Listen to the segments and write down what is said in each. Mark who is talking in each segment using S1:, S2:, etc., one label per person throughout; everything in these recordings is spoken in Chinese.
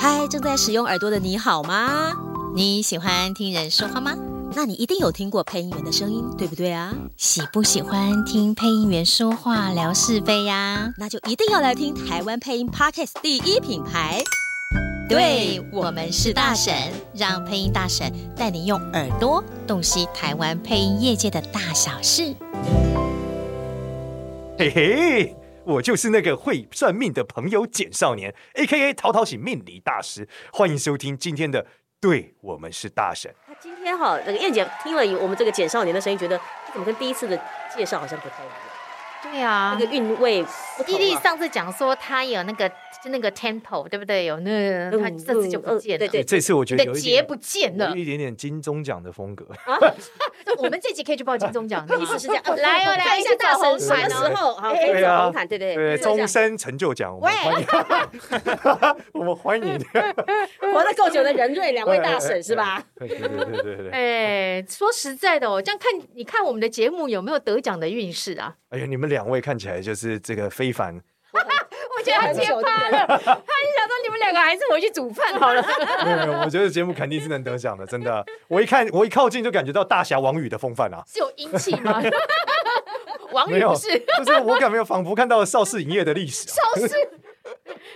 S1: 嗨，正在使用耳朵的你好吗？
S2: 你喜欢听人说话吗？
S1: 那你一定有听过配音员的声音，对不对啊？
S2: 喜不喜欢听配音员说话聊是非呀、
S1: 那就一定要来听台湾配音 Podcast 第一品牌。
S2: 对我们是大神，让配音大神带你用耳朵洞悉台湾配音业界的大小事。
S3: 嘿嘿，我就是那个会算命的朋友简少年，A K A 淘淘型命理大师。欢迎收听今天的《对我们是大神》。
S4: 那今天哈，那个燕姐听了我们这个简少年的声音，觉得怎么跟第一次的介绍好像不太一样，
S5: 对啊
S4: 那，个韵味不
S5: 伊
S4: 同
S5: 利
S4: 啊。
S5: 上次讲说他有那个就那个 tempo，对不对？有那个，
S4: 嗯
S5: 他这次就不见了，
S4: 嗯嗯对对
S3: 这次我觉
S5: 你
S3: 得
S5: 的
S3: 有一
S5: 节
S3: 点
S5: 不见
S3: 有
S5: 了。
S3: 一点点金钟奖的风格。
S5: 我们这集可以去报金钟 奖的
S4: 意
S5: 吗
S4: 思？是这样，
S5: 来哦，来一下大神
S4: 什么
S5: 船
S4: 时
S5: 哦！
S4: 候好可以
S3: 对
S4: 走
S3: 啊
S4: 红毯？对对
S3: 对，
S4: 就是这
S3: 终
S4: 样
S3: 身成就奖，我们欢迎， 我们欢迎。
S4: 活得够久的任瑞两嗯位大婶是吧？
S3: 对对对对对对对。
S5: 哎，说实在的哦，这样看你看我们的节目有没有得奖的运势啊？
S3: 哎呀，你们两位看起来就是这个非凡，
S5: 我觉得他
S4: 很
S5: 结
S4: 久对
S5: 巴
S4: 不
S5: 了，
S4: 对
S5: 他就想说你们两个还是回去煮饭好了。
S3: 没有没有，我觉得节目肯定是能得奖的，真的。我一看，我一靠近就感觉到大侠王宇的风范啊。
S5: 是有阴气 吗？王
S3: 没
S5: 宇
S3: 有，
S5: 不，
S3: 就是是我感觉仿佛看到了邵氏影业的历史啊。
S5: 邵氏，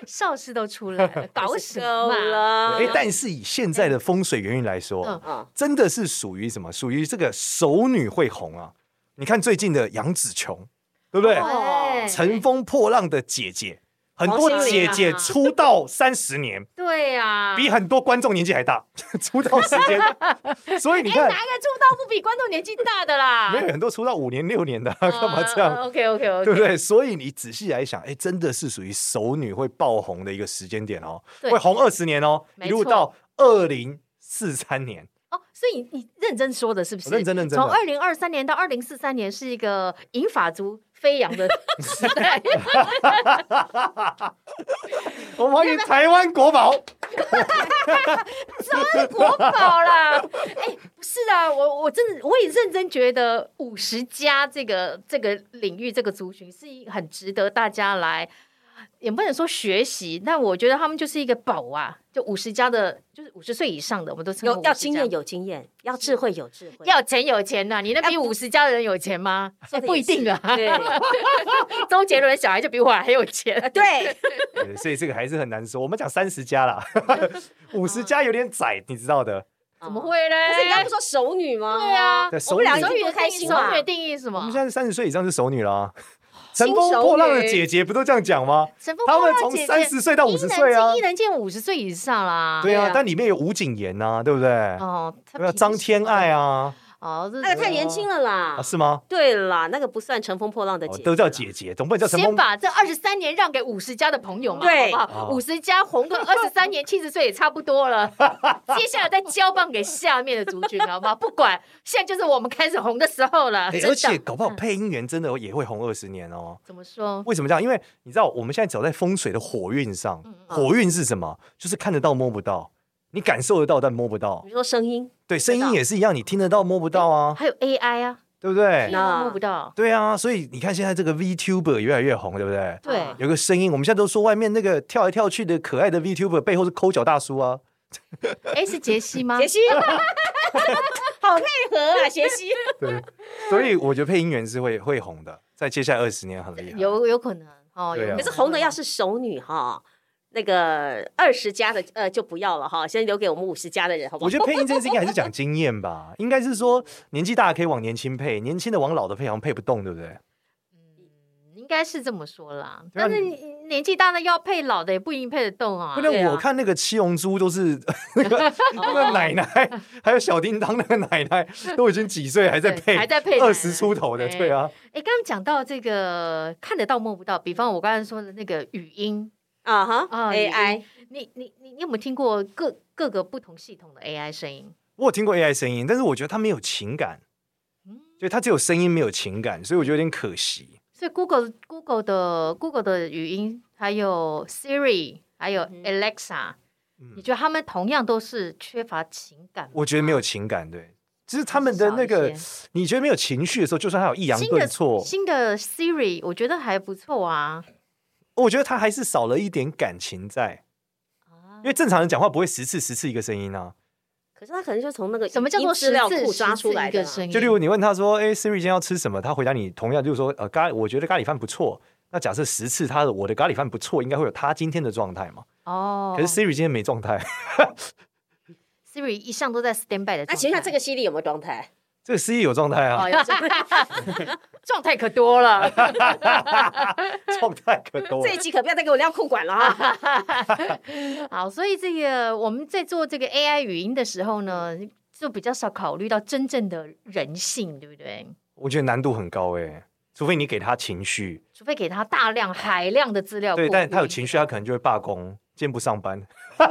S5: 邵氏都出来了，搞什
S4: 够
S5: 么啊？
S4: 了
S3: 哎，但是以现在的风水原因来说，
S5: 嗯
S4: 啊，
S3: 真的是属于什么？属于这个熟女会红啊！你看最近的杨紫琼，对不对？
S4: 哦
S5: 哎
S3: 乘风破浪的姐姐，很多
S4: 王心
S3: 姐
S4: 凌
S5: 啊
S3: 姐出道三十年，
S5: 对呀，哎
S3: 比很多观众年纪还大， 出道时 间。所以你
S5: 哎，
S3: 看
S5: 哪，一个出道不比观众年纪大的啦？
S3: 没有很多出道五年六年的啊，
S5: 哦
S3: 干嘛这样？
S5: ？OK OK OK，
S3: 对不对？所以你仔细来想，哎，真的是属于熟女会爆红的一个时间点哦，
S5: 对
S3: 会红二十年哦，一
S5: 没
S3: 路
S5: 错
S3: 到二零四三年。
S5: 哦，所以你你认真说的是不是？
S3: 我认真认真的
S5: 从二零二三年到二零四三年是一个银发族飞扬 的时代，
S3: 我们欢迎台湾国宝，
S5: 国宝啦！ 哎，不是啊，我我真的我也认真觉得五十加这个这个领域这个族群是一很值得大家来。也不能说学习，但我觉得他们就是一个宝啊！就五十加的，就是五十岁以上的，我们都称
S4: 有
S5: 呼
S4: 要
S5: 50
S4: 经
S5: 加
S4: 验有经验，要智慧有智慧，
S5: 要钱有钱呐、你那比
S4: 哎不
S5: 五十家的人有钱吗？
S4: 说
S5: 哎
S4: 得也
S5: 不一定
S4: 是
S5: 啊。
S4: 对
S5: 周杰伦的小孩就比我还有钱。
S4: 啊对，
S3: 对呃所以这个还是很难说。我们讲三十加啦，五十加有点窄，你知道的。
S5: 怎么？会呢？
S4: 啊不是你刚不说熟女吗？
S5: 对啊
S3: 对，
S4: 我们俩
S3: 熟
S4: 已
S5: 哦手
S4: 经
S5: 语
S4: 多
S5: 的
S4: 开
S5: 开心
S4: 心
S5: 手
S4: 了
S5: 语。的定义是什
S3: 我
S5: 么
S3: 们？现在三十岁以上是熟女啦。
S4: 新
S3: 乘
S4: 熟
S3: 风破浪的
S4: 女
S3: 姐姐不都这样讲吗？
S5: 乘风
S3: 她
S5: 破
S3: 们
S5: 浪
S3: 从
S5: 姐
S3: 三
S5: 姐
S3: 十岁到五十
S5: 伊能
S3: 岁啊
S5: 静伊，能静五十岁以上啦。
S3: 对啊
S4: 对啊，
S3: 但里面有吴谨言呐，对不对？
S5: 哦，他
S3: 对啊，
S5: 平时
S3: 张天爱啊，
S5: 哦，这
S4: 那个太年轻了啦
S3: 啊。是吗？
S4: 对啦，那个不算乘风破浪的
S3: 哦
S4: 姐，
S3: 都叫姐姐，总不能叫乘
S5: 先
S3: 风。
S5: 把这二十三年让给五十家的朋友嘛，
S4: 对
S5: 好不好？
S3: 哦
S5: 五十家红个二十三年，七十岁也差不 多了。接下来再交棒给下面的族群，好不好？不管，现在就是我们开始红的时候了。
S3: 哎
S5: 真的
S3: 而且搞不好配音员真的也会红二十年哦。
S5: 怎么说？
S3: 为什么这样？因为你知道我们现在走在风水的火运上，火运是什么？就是看得到摸不到，你感受得到但摸不到
S4: 你。说声音，
S3: 对，声音也是一样，你听得到摸不到啊，
S5: 还有 AI 啊，
S3: 对不对？
S4: 那
S5: 摸不到。
S3: 对啊，所以你看现在这个 VTuber 越来越红，对不对？
S4: 啊
S5: 对，
S3: 有个声音，我们现在都说外面那个跳来跳去的可爱的 VTuber 背后是抠脚大叔啊，
S5: 哎，是杰西吗？
S4: 杰西，啊 好配合啊，杰 西。
S3: 对，所以我觉得配音员是会会红的，在接下来二十年很厉害。
S5: 有有可能哦，
S3: 对啊
S5: 有
S4: 可是红的要是熟女哈，那个二十加的呃就不要了哈，先留给我们五十加的人好不
S3: 我
S4: 好？
S3: 觉得配音这件事应该还是讲经验吧，应该是说年纪大的可以往年轻配，年轻的往老的配，好像配不动，对不对？
S5: 应该是这么说啦。
S3: 对啊
S5: 但是你年纪大的要配老的，也不一定配得动啊哦
S3: 不。
S4: 对
S3: 然
S4: 啊
S3: 我看那个七龙珠都是 那 个那个奶奶，还有小叮当那个奶奶都已经几岁还在
S5: 对
S3: 配，
S5: 还在配奶奶
S3: 二十出头的，
S5: 哎
S3: 对啊，
S5: 哎，刚刚讲到这个看得到摸不到，比方我刚才说的那个语音
S4: 啊哈
S5: 啊
S4: ，AI
S5: 你你你你有没有听过各各个不同系统的 AI 声音？
S3: 我有听过 AI 声音，但是我觉得它没有情感，
S5: 嗯
S3: 就它只有声音没有情感，所以我觉得有点可惜。
S5: 所以 Google Google 的 Google 的语音，还有 Siri，还有
S4: 嗯
S5: Alexa，、
S3: 嗯
S5: 你觉得他们同样都是缺乏情感吗？
S3: 我觉得没有情感，对，就是他们的那
S5: 啊少
S3: 个
S5: 一些，
S3: 你觉得没有情绪的时候，就算他有抑扬
S5: 新
S3: 顿
S5: 的
S3: 挫，
S5: 新的 Siri，我觉得还不错啊。啊
S3: 我觉得他还是少了一点感情在。因为正常人讲话不会十次十次一个声音啊。
S4: 可是他可能就从那个
S5: 什么叫
S4: 音
S5: 做
S4: 资
S5: 十
S4: 料
S5: 次
S4: 库抓
S5: 十次
S4: 出来
S5: 一
S4: 的
S5: 个
S4: 啊？
S5: 声音？
S3: 就例如你问他说：“哎、s i r i 今天要吃什么？”他回答你同样就是说：“呃，咖，我觉得咖喱饭不错。”那假设十次他的我的咖喱饭不错，应该会有他今天的状态嘛？
S5: 哦，
S3: 可是 Siri 今天没状态，
S5: Siri 一向都在 stand by 的状态，
S4: 那请问一下，这个 犀利有没有状态？
S3: 这个 Siri 有状态啊
S4: 哦，，有状态
S5: 状态可多了。
S3: 状态可多
S4: 这一
S3: 了。
S4: 集可不要再给我撂裤管了 啊！。
S5: 好，所以这个我们在做这个 AI 语音的时候呢，就比较少考虑到真正的人性，对不对？
S3: 我觉得难度很高哎、除非你给他情绪，
S5: 除非给他大量海量的资料库，
S3: 对，但他有情绪，啊他可能就会罢工，今天不上班。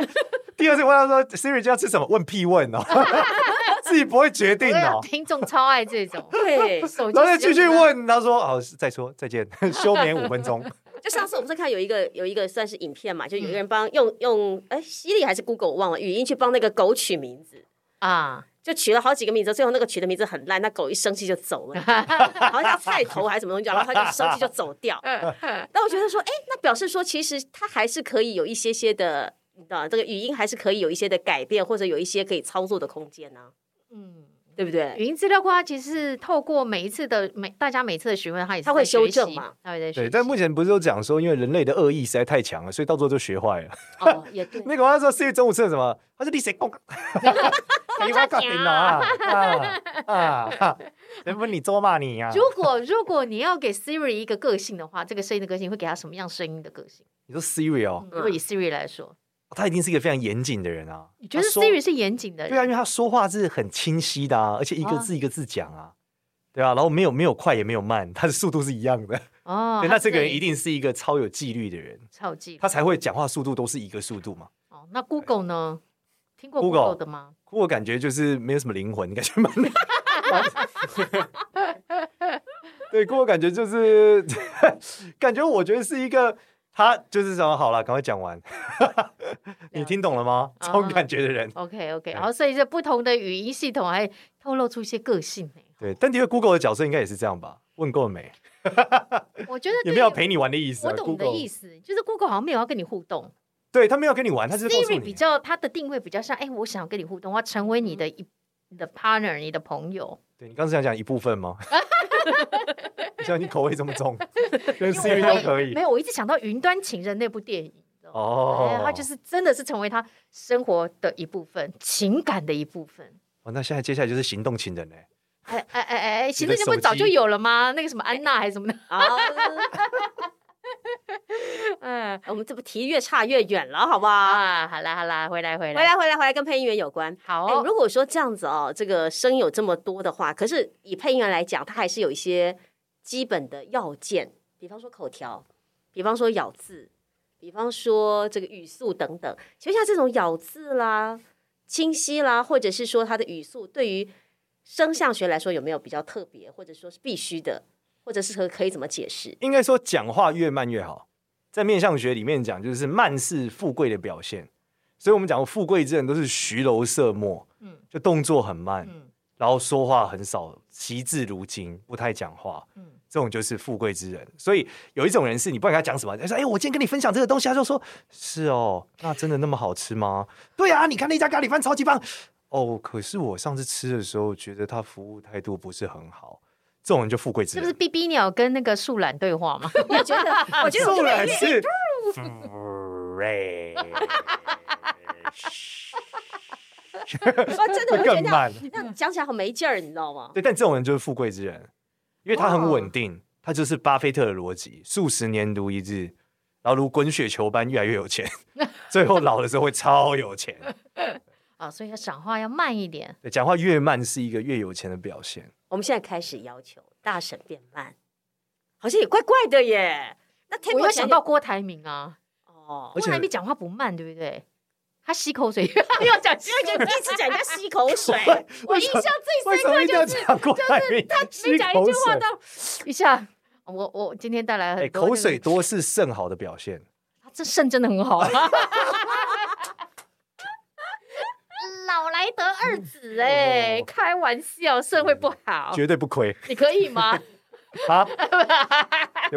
S3: 第二次问他说：“Siri 今天要吃什么？”问屁问哦， 自己不会决定
S5: 我跟你
S3: 哦
S5: 讲。啊听众超爱 这种
S4: 对，
S5: 手机
S3: 然后再继
S5: 使
S3: 续
S5: 用者
S3: 问，他说：“好，再说再见，休眠五分钟。
S4: 就上次我们是看有一个有一个算是影片嘛，就有一个人帮用用哎犀利还是 Google 我忘了语音去帮那个狗取名字。
S5: 啊，
S4: 就取了好几个名字，最后那个取的名字很烂，那狗一生气就走 了，好像叫菜头还是什么东西，然后它就生气就走 掉。那我觉得说，哎，那表示说，其实它还是可以有一些些的，你知道，这个语音还是可以有一些的改变，或者有一些可以操作的空间呢、
S5: 嗯，
S4: 对不对？
S5: 语音资料库它其实是透过每一次的每大家每次的询问，它也是
S4: 它会
S5: 在学
S4: 修正
S5: 习
S4: 嘛，
S5: 它会在”学
S3: 对，
S5: 习。
S3: 但目前不是有讲说，因为人类的恶意实在太强了，所以到最后就学坏 了。
S4: 哦，也对。
S3: 那个我那时候 Siri 中午吃了什么？他说：“你谁公？你挖干了啊啊 啊！人不你咒骂你呀、啊
S5: 如！果如果你要给 Siri 一个个性的话，这个声音的个性会给它什么样声音的个性？
S3: 你说 Siri 哦
S5: 嗯，如果以 Siri 来说，
S3: 他一定是一个非常严谨的人啊。
S5: 你觉得
S3: 他说
S5: Siri 是严谨的人？
S3: 对啊，因为他说话是很清晰的啊，而且一
S5: 哦
S3: 个字一个字讲啊，对啊，然后没有没有快也没有慢，他的速度是一样的。
S5: 哦，
S3: 对，
S5: 它
S3: 那
S5: 是
S3: 这个人一定是一个超有纪律的人，
S5: 超级
S3: 他才会讲话速度都是一个速度嘛。
S5: 哦。那 Google 呢？听过
S3: Google
S5: Google 的吗？
S3: 我感觉就是没有什么灵魂，感觉蛮。对，给我感觉就是， 感觉我觉得是一个，他就是什么好了，赶快讲完，
S5: 啊
S3: 你听懂了
S5: 哦
S3: 吗？这种感觉的人，
S5: OK OK，然后哦所以这不同的语音系统还透露出一些个性欸
S3: 对，但的确，Google 的角色应该也是这样吧？问够了没？
S5: 我觉得
S3: 也
S5: 对
S3: 没有陪你玩的意思、啊。
S5: 我懂你的
S3: Google
S5: 意思，就是 Google 好像没有要跟你互动
S3: 对他没有跟你玩，他就是告诉
S5: ，Siri 比
S3: 你。
S5: 较它的定位比较像，哎，我想要跟你互动，我要成为你的
S3: 嗯
S5: 一你的 partner，你的朋友。
S3: 对你刚才想讲一部分 吗？你像你口味这么重，跟
S5: 因为
S3: Siri
S5: 我
S3: 都可以
S5: 没有，我一直想到《云端情人》那部电影。你知道吗
S3: 哦
S5: 哎。他就是真的是成为他生活的一部分，情感的一部分。
S3: 哦，那现在接下来就是行动情人嘞、欸
S5: 哎哎哎哎哎，其实
S3: 的
S5: 那不
S3: 手
S5: 是早就
S3: 机
S5: 有了吗？那个什么安娜还是 什么的，
S4: 啊，
S5: 嗯
S4: 我们这不题越差越远了，好不好？
S5: 啊，好啦好啦，回来回
S4: 回
S5: 来
S4: 来，回来，回来，跟配音员有关。
S5: 好
S4: 哎、
S5: 哦、
S4: 如果说这样子哦，这个声有这么多的话，可是以配音员来讲，他还是有一些基本的要件，比方说口条，比方说咬字，比方说这个语速等等。其实像这种咬字啦、清晰啦，或者是说他的语速，对于声像学来说有没有比较特别，或者说是必须的，或者是可可以怎么解释？
S3: 应该说讲话越慢越好。在面相学里面讲，就是慢是富贵的表现，所以我们讲过富贵之人都是徐柔色墨，
S5: 嗯
S3: 就动作很慢，
S5: 嗯
S3: 然后说话很少，惜字如金，不太讲话，
S5: 嗯
S3: 这种就是富贵之人。所以有一种人是你不管跟他讲什么，他说：“哎、我今天跟你分享这个东西。”他就说：“是哦，那真的那么好吃吗？”对啊，你看那家咖喱饭超级棒。哦，可是我上次吃的时候觉得他服务态度不是很好，这种人就富贵之
S5: 是
S3: 人。
S5: 不是 B B 鸟跟那个树懒对话 嘛？
S4: 我觉得，我觉得
S3: 素
S4: 我
S3: 然是 fresh，
S4: 说真的，
S3: 会
S4: 我就觉得
S3: 更
S4: 那样
S3: 慢。
S4: 那样讲起来好没劲儿，你知道吗？
S3: 对，但这种人就是富贵之人，因为他很稳定，他就是巴菲特的逻辑，数十年如一日，然后如滚雪球般越来越有钱，最后老的时候会超有钱。
S5: 啊，所以他讲话要慢一点。
S3: 对，讲话越慢是一个越有钱的表现。
S4: 我们现在开始要求大婶变慢，好像也怪怪的耶。那天
S5: 我
S4: 国
S5: 有想到郭台铭啊，
S4: 哦，
S3: 而
S5: 郭
S3: 且
S5: 台铭讲话不慢，对不对？他吸口水 又 要讲吸
S4: 因为觉得第一次讲人家吸 口水，
S5: 我印象最
S3: 为
S5: 深
S3: 什么
S5: 刻
S3: 一定要
S5: 就是
S3: 讲过来？他
S5: 每讲一句话到一下，我我今天带来
S3: 哎，
S5: 很多、
S3: 口水，多是甚好的表现。
S5: 他这肾真的很好。 老来得二子哎、
S3: 哦嗯
S5: 开玩笑，肾会不好，
S3: 绝对不亏，
S5: 你可以吗？
S3: 啊？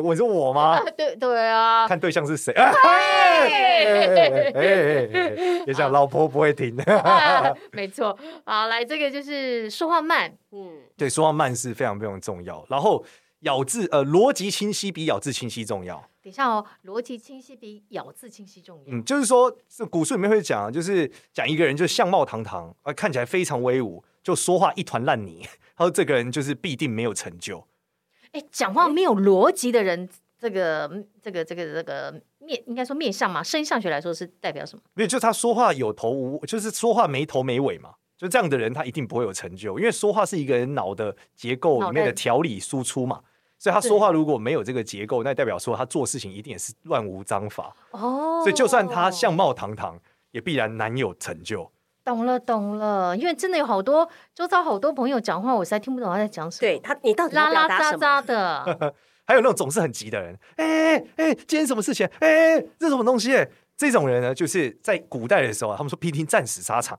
S3: 我说我吗？
S5: 对对啊，
S3: 看对象是谁？哎哎哎哎哎也想老婆不会停。
S5: 没错。好，来这个就是说话慢，
S4: 嗯，
S3: 对，说话慢是非常非常重要，然后咬字呃逻辑清晰比咬字清晰重要。
S5: 等一下哦，逻辑清晰比咬字清晰重要。
S3: 嗯，就是说这古书里面会讲啊，就是讲一个人就相貌堂堂啊、看起来非常威武，就说话一团烂泥，他说这个人就是必定没有成就。
S5: 哎、讲话没有逻辑的人，这个这个这个这个面应该说面相嘛，声相学来说是代表什么？
S3: 没有，就是他说话有头无，就是说话没头没尾嘛。就这样的人，他一定不会有成就，因为说话是一个人脑的结构里面
S5: 脑袋
S3: 的条理输出嘛。所以他说话如果没有这个结构，那代表说他做事情一定也是乱无章法。
S5: 哦，
S3: 所以就算他相貌堂堂，也必然难有成就。
S5: 懂了懂了，因为真的有好多周遭好多朋友讲话，我实在听不懂他在讲什么。
S4: 对他，你到底
S5: 拉
S4: 要
S5: 拉
S4: 表达
S5: 杂
S4: 什么？
S5: 杂的，
S3: 还有那种总是很急的人，哎哎哎，今天什么事情？哎哎，这什么东西？这种人呢，就是在古代的时候啊，他们说批评战死沙场，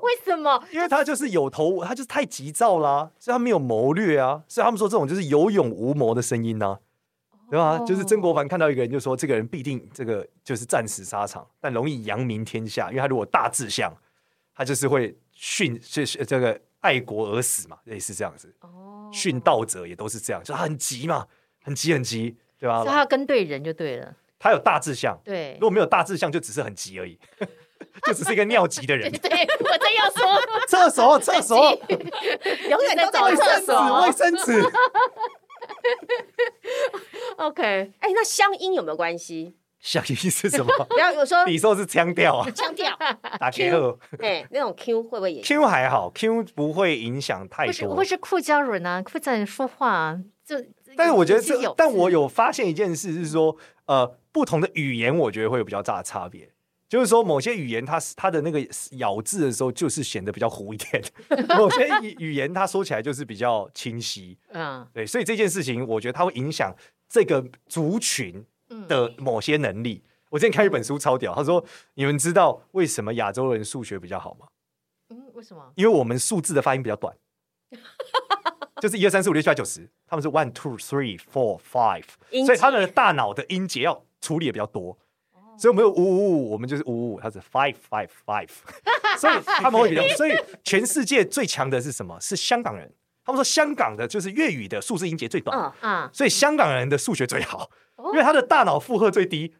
S5: 为什么？
S3: 因为他就是有头无，他就是太急躁啦、所以他没有谋略啊，所以他们说这种就是有勇无谋的声音呢、对吧？
S5: 哦
S3: 就是曾国藩看到一个人，就说这个人必定这个就是战死沙场，但容易扬名天下，因为他如果大志向，他就是会殉，就是这个爱国而死嘛，类似这样子。
S5: 哦
S3: 殉道者也都是这样，就他很急嘛，很急很急，对吧
S5: 所以？他要跟对人就对了，
S3: 他有大志向，
S5: 对
S3: 如。果没有大志向，就只是很急而已， 就只是一个尿急的 人。
S5: 对，我正要说，
S3: 厕所，厕所，
S4: 永远都在厕
S5: 在厕
S4: 所
S5: 所。
S3: 卫生纸，卫生纸。
S5: OK，
S4: 哎，那乡音有没有关系？
S3: 小姨是什么？
S4: 不要有时候
S3: 你说是腔调 啊？
S4: 腔调，
S3: 打给我
S4: 哎，那种 Q 会不会也？
S3: Q 还好，Q 不会影响太
S5: 或是
S3: 多
S5: 或。是酷家人啊，酷家人说话啊就，
S3: 但是我觉得
S5: 也是
S3: 这
S5: 有，
S3: 但我有发现一件事是说，呃，不同的语言我觉得会有比较大的差别。就是说，某些语言它是它的那个咬字的时候，就是显得比较糊一 点；某些语语言它说起来就是比较清晰。
S5: 嗯
S3: 对，所以这件事情，我觉得它会影响这个族群
S5: 嗯
S3: 的某些能力。我之前看一本书超屌，他说：“你们知道为什么亚洲人数学比较好吗？
S5: 嗯，为什么？
S3: 因为我们数字的发音比较短， 就是一二三四五六七八九十，他们是 one two three four five，
S4: 音
S3: 所以
S4: 节
S3: 他们的大脑的音节要处理也比较多。”所以我们有五五五，我们就是五五五，它是 five five five，所以他们会比较。所以全世界最强的是什么？是香港人。他们说香港的就是粤语的数字音节最短，
S4: 嗯，
S5: 啊，
S3: 所以香港人的数学最好，因为他的大脑负荷最低，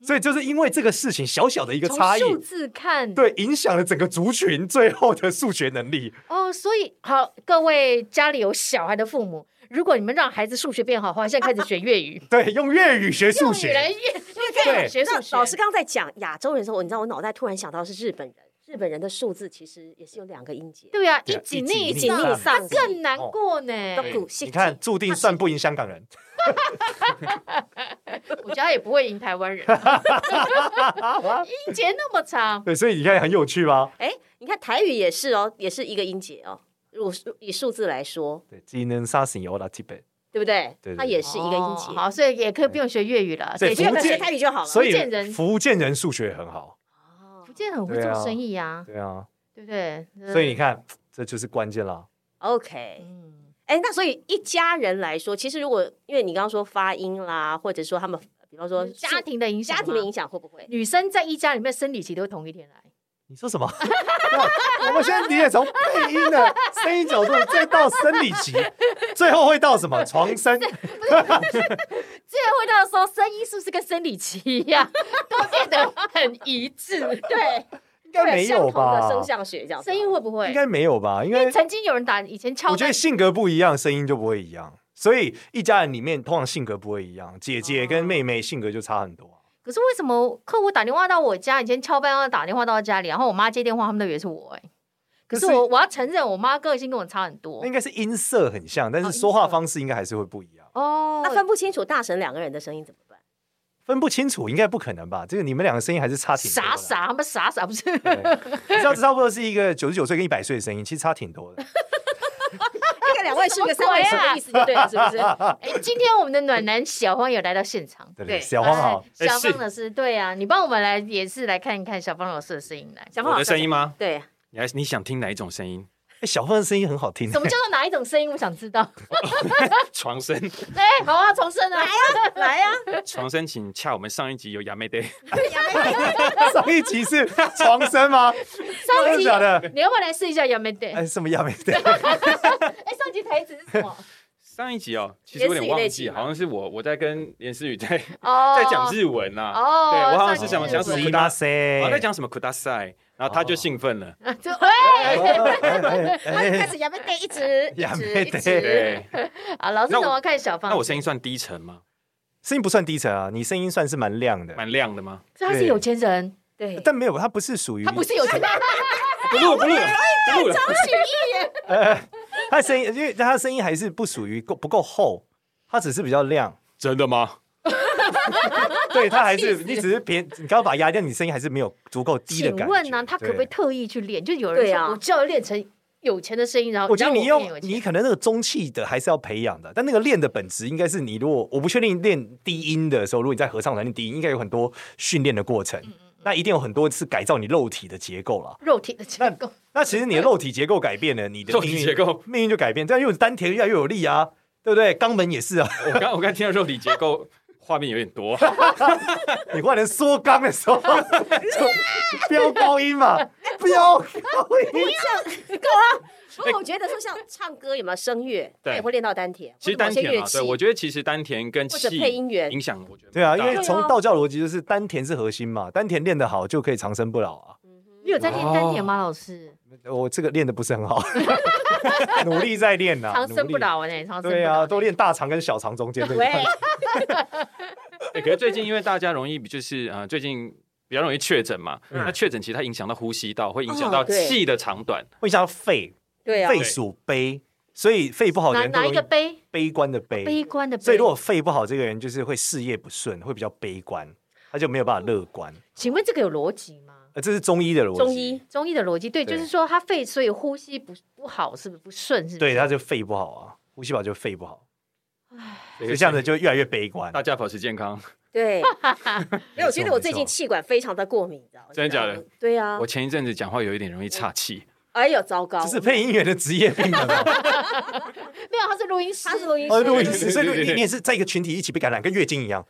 S3: 所以就是因为这个事情小小的一个
S5: 从
S3: 差异，
S5: 数字看，
S3: 对影响了整个族群最后的数学能力。，
S5: 哦，所以好，各位家里有小孩的父母，如果你们让孩子数学变好的话，现在开始学粤语
S3: 对，用粤语学 数
S5: 用语来
S3: 学，
S5: 粤，对学数学，
S4: 那老师刚刚在讲亚洲人的时候，你知道我脑袋突然想到是日本人，日本人的数字其实也是有两个音节，
S5: 对啊，
S3: 对
S5: 一
S3: 啊
S5: 己
S3: 一己
S5: 逆
S3: 逆
S5: 上哦
S4: 上
S5: 他更难过呢。
S4: 对古
S3: 你看注定算不赢香港人。
S5: 我觉得他也不会赢台湾人，音节那么长，
S3: 对，所以你看很有趣吧？
S4: 哎，你看台语也是哦，也是一个音节哦。如果是以数字来说，
S3: 对，技能杀死我拉基本。
S4: 对不对？
S3: 对对
S4: 它也是一个音节
S5: 哦，好，所以也可以不用学粤语了。
S3: 所以
S4: 你
S5: 对
S4: 就
S3: 福建
S4: 学台语就好了。
S3: 所以
S5: 福建人
S3: 福建人数学很好。
S4: 哦
S5: 福建很会
S3: 对
S5: 做
S3: 啊
S5: 生意啊，
S3: 对啊，
S5: 对不对？
S3: 所以你看，这就是关键啦。
S4: OK，
S5: 嗯，
S4: 哎，那所以一家人来说，其实如果因为你刚刚说发音啦，或者说他们，比方说
S5: 嗯家庭的影响，
S4: 家庭的影，响会不会？
S5: 女生在一家里面生理期都是同一天来。
S3: 你说什么？ 哇我们现在理解从配音的声音角度，再到生理期，最后会到什么床声？
S5: 最后到的时候，声音是不是跟生理期一样，都变得很一致？对，
S3: 应该没有
S4: 相同
S3: 吧
S4: 的？声像学这样子，
S5: 声音会不会
S3: 应？该没有吧？应
S5: 因
S3: 该
S5: 为曾经有人打以前敲
S3: 我觉得性格不一样，声音就不会一样。所以一家人里面通常性格不会一样，姐姐跟妹妹性格就差很多啊。
S5: 可是为什么客户打电话到我家，以前敲班要打电话到家里，然后我妈接电话，他们都以为是我哎、可是
S3: 可是
S5: 我我要承认，我妈个性跟我差很多
S3: 那应该是音色很像，但
S5: 哦
S3: 是
S5: 音
S3: 说话
S5: 色
S3: 方式应该还是会不一样，
S5: 哦。
S4: 那分不清楚大神两个人的声音怎么办？
S3: 分不清楚应该不可能吧？这个你们两个声音还是差挺多的
S5: 傻
S3: 啦。
S5: 傻，他们傻傻不是？
S3: 对，你知道这差不多是一个九十九岁跟一百岁的声音，其实差挺多 的。
S4: 那个两位数跟
S5: 什
S4: 三
S5: 么鬼
S4: 位
S5: 啊
S4: 数的意思就对了，是不是？
S5: 哎、今天我们的暖男小黄有来到现场。
S3: 对不
S4: 对
S3: 对，小黄好，
S5: 哎小
S3: 哎是
S5: 芳老师，对啊，你帮我们来也是来看一看小芳老师的声音来。
S4: 小胖
S6: 我
S4: 老
S6: 的
S4: 师
S6: 声音吗？
S4: 对，
S6: 你还你想听哪一种声音？
S3: 哎小凤的声音很好听，
S5: 什 么叫做哪一种声音？我想 知道。
S6: 床声，
S5: 哎、好啊，重生啊！
S4: 来呀、
S6: 床声，请洽我们上一集有亚 妹 day，
S3: 上一集是床声吗？
S5: 上
S3: 真
S5: 集
S3: 的假的？
S5: 你要哎不要来试一下 y a m a d
S3: 哎，什么亚美的？
S5: 哎，上集台词是什 么？
S6: 上一集哦，其实我有点忘记，
S4: 啊
S6: 好像是我我在跟连思雨在
S5: 哦，
S6: 在讲日文呐、
S5: 哦，
S6: 对我好像
S5: 上集
S6: 是想
S5: 日
S6: 想
S5: 文
S6: 什么
S3: 是
S6: 古
S3: 吗？
S6: 达，
S3: 塞
S6: 我在讲什么古达赛，然后他就兴奋
S4: 哦
S6: 了，
S5: 就哎，
S3: 哎
S5: 开始 y a m a d 一直
S3: 亚
S5: 一
S3: 美
S5: 直一
S3: 的
S5: 直
S6: 对，
S5: 啊，老师
S6: 那
S5: 怎
S6: 我
S5: 么看小芳？
S6: 那我声音算低沉吗？
S3: 声音不算低沉啊，你声音算是蛮亮的，
S6: 蛮亮的吗？
S5: 所以他是有钱人，
S4: 对，
S3: 但没有，它不是属于
S5: 他不是有钱人，
S4: 哎
S6: 不录了，不录了，不录了。
S3: 它声音，因为它声音还是不属于够不够厚，它只是比较亮。
S6: 真的吗？
S3: 对，它还是你只是偏，你刚刚把它压掉，你声音还是没有足够低的
S5: 请
S3: 感觉。
S5: 问呢，他可不可
S3: 对？
S5: 以特意去练？就有人
S4: 对
S5: 说，
S4: 啊
S5: 我就要练成有钱的声音，然后
S3: 我觉得
S5: 让
S3: 你
S5: 变
S3: 用
S5: 有钱
S3: 你可能那个中气的还是要培养的，但那个练的本质应该是你如果我不确定练低音的时候，如果你在合唱团练低音，应该有很多训练的过程，那一定有很多是改造你肉体的结构了。
S5: 肉体的结构，
S3: 那其实你的肉体结构改变了，你的
S6: 肉
S3: 命
S6: 体
S3: 运
S6: 结构
S3: 命运就改变，这样又有丹田越来越有力啊，对不对？肛门也是 啊，
S6: 我刚我刚听到肉体结构画面有 点多，
S3: 你换成缩肛的 时候就飙高音嘛，飙高音。
S4: 不过我觉得说像唱歌有没有声乐，
S6: 对
S4: 也会练到丹田，
S6: 其
S4: 或者
S6: 实丹
S4: 某些
S6: 田
S4: 乐
S6: 啊，
S4: 器
S6: 对我觉得其实丹田跟
S4: 或者
S6: 气
S4: 配音员
S6: 影响，我觉得
S3: 对啊，
S6: 蛮
S3: 因
S6: 大的
S3: 为从道教逻辑就是丹田是核心嘛，丹田练得好就可以长生不老啊。
S5: 你有在练丹田
S3: 哦
S5: 吗，老师？
S3: 我这个练得不是很好， 努力在练呐、
S5: 长生不
S3: 啊努力。
S5: 老欸呢，长生不
S3: 对啊，
S5: 老。
S3: 都练大肠跟小肠中间这一
S4: 喂
S3: 块。，
S6: 欸可是最近因为大家容易就是呃，最近比较容易确诊嘛，那确诊其实它影响到呼吸道，会影响到
S4: 哦对
S6: 气的长短。
S3: 会想到肺，
S4: 对啊，
S3: 肺属悲，所以肺不好的
S5: 哪
S3: 人都
S5: 哪
S3: 容
S5: 一
S3: 易
S5: 个悲？
S3: 悲观的悲。
S5: 悲观的悲。
S3: 所以如果肺不好，这个人就是会事业不顺，会比较悲观，他就没有办法乐观。
S5: 请问这个有逻辑吗？
S3: 呃，这是中医的逻辑。
S4: 中医，
S5: 中医的逻辑对，
S3: 对
S5: 就是说他肺，所以呼吸不不好，是不是不顺？是不是？
S3: 对，他就肺不好啊，呼吸不好就肺不好，
S6: 所
S3: 所以这样子就越来越悲观。
S6: 大家保持健康。
S4: 对， 没有，我觉
S3: 没
S4: 得
S3: 错
S4: 我最近气管非常的过敏，你知道吗
S6: 真的假的？
S4: 对啊
S6: 我，前一阵子讲话有一点容易岔气，
S4: 哎呦，糟糕，
S3: 这是配音员的职业病了，
S5: 没有，他是录音师，
S4: 他是录音
S3: 哦，
S4: 师，
S3: 录音师，所以
S6: 对对对
S3: 你你也是在一个群体一起被感染，跟月经一样。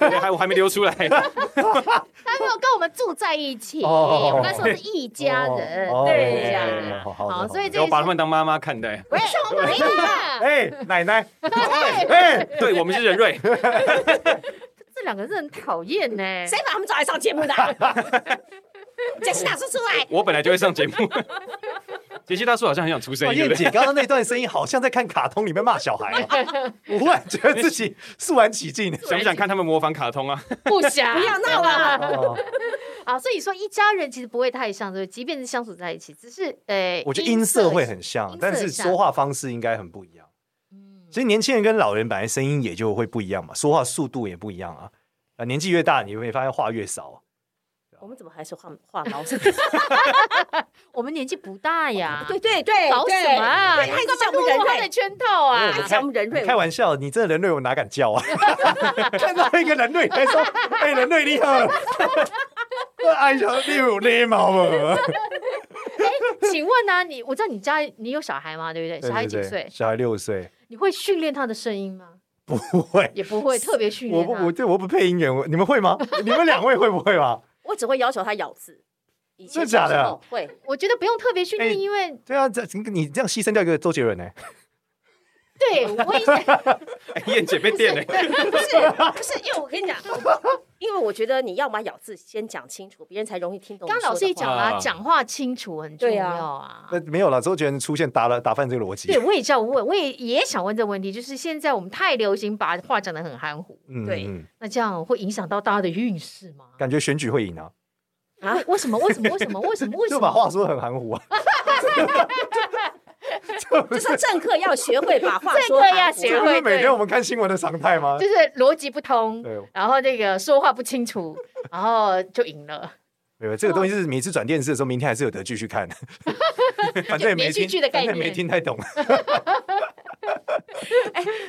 S6: 对还我还没 流出来。
S5: 他没有跟我们住在一起。
S3: 哦
S5: 我刚说是一家人，
S3: 哦
S5: 对
S4: 哦
S5: 一家
S4: 哦
S5: 人。
S3: 好好的好
S5: 好，
S3: 的
S5: 所以这
S6: 我
S5: 个
S6: 把他们当妈妈看待。
S5: 喂，我没有哎啊
S3: 哎，奶奶，哎，
S6: 对我们是人瑞，
S5: 这两个人很讨厌呢。
S4: 谁把他们找来上节目的啊？解释大叔出 来，
S6: 我本来就会上节目。杰西大叔好像很想出声
S3: 哇
S6: 音，对
S3: 燕
S6: 不对
S3: 姐刚刚那段声音好像在看卡通里面骂小孩哦，我忽然觉得自己肃然起敬。
S6: 想不想看他们模仿卡通啊？
S5: 不想，
S4: 不要闹了
S3: 哦
S5: 啊！所以说一家人其实不会太像，对，即便是相处在一起，只是呃，
S3: 我觉得音色会很像
S5: 音，色
S3: 但是
S5: 像
S3: 说话方式应该很不一样。其实年轻人跟老人本来声音也就会不一样嘛，说话速度也不一样啊。啊，年纪越大，你会发现话越少。
S4: 我们怎么还是画画毛？
S5: 我们年纪不大呀，
S4: 哦对对 对，
S5: 搞
S4: 对
S5: 什么啊？
S4: 对，他一直叫我们
S5: 你干
S4: 人
S5: 嘛落他的
S4: 瑞，
S5: 圈套啊
S4: 他！一直
S3: 开
S4: 叫我们人瑞，
S3: 开玩笑，你这人类我哪敢 叫啊？看到一个人类，还说：“哎、人类你好。”哎呀，你有礼貌吗？
S5: 请问呢、你我知道你家你有小孩吗？对不对？
S3: 对
S5: 小孩
S3: 对
S5: 几
S3: 对，
S5: 岁？
S3: 小孩六岁，
S5: 你会训练他的声音吗？
S3: 不会。
S5: 也不会特别训
S3: 我
S5: 练啊
S3: 不，
S5: 他。
S3: 我对我不配音员，我你们会吗？你们两位会不会吗？
S4: 我只会要求他咬字。以前
S3: 真的假的
S4: 小时候会，
S5: 我觉得不用特别训练，
S3: 哎
S5: 因为
S3: 对啊，这你这样牺牲掉一个周杰伦呢、欸
S5: 对我以前
S6: 哎燕姐被电了，
S4: 不 是不是，因为我跟你讲，因为我觉得你要么咬字先讲清楚，别人才容易听懂你
S5: 刚
S4: 说的话。
S5: 刚老师也讲
S6: 啊
S5: 了，讲话清楚很重要啊。
S3: 那没有了，周杰伦出现打了打翻这个逻
S5: 对，
S3: 辑。
S5: 我也叫问，我也也想问这个问题，就是现在我们太流行把话讲得很含糊，
S3: 嗯
S4: 对
S3: 嗯
S5: 那这样会影响到大家的运势吗？
S3: 感觉选举会赢啊，
S5: 啊？为什么？为什么？为什么？为什么？为什
S3: 就把
S5: 么？
S3: 话说得很含糊啊。
S4: 就是政客要学会把话说
S5: 政客要
S4: 含糊
S5: 学
S3: 这不
S5: 会
S3: 是 每
S5: 对
S3: 天我们看新闻的常态吗
S5: 就？是逻辑不通
S3: 对，
S5: 然后那个说话不清楚，然后就赢了。
S3: 没有，这
S5: 哦
S3: 个东西是每次转电视的时候，明天还是有得继续 看，反正也没
S5: 连续
S3: 听
S5: 剧的概
S3: 反正也没
S5: 念
S3: 听太懂。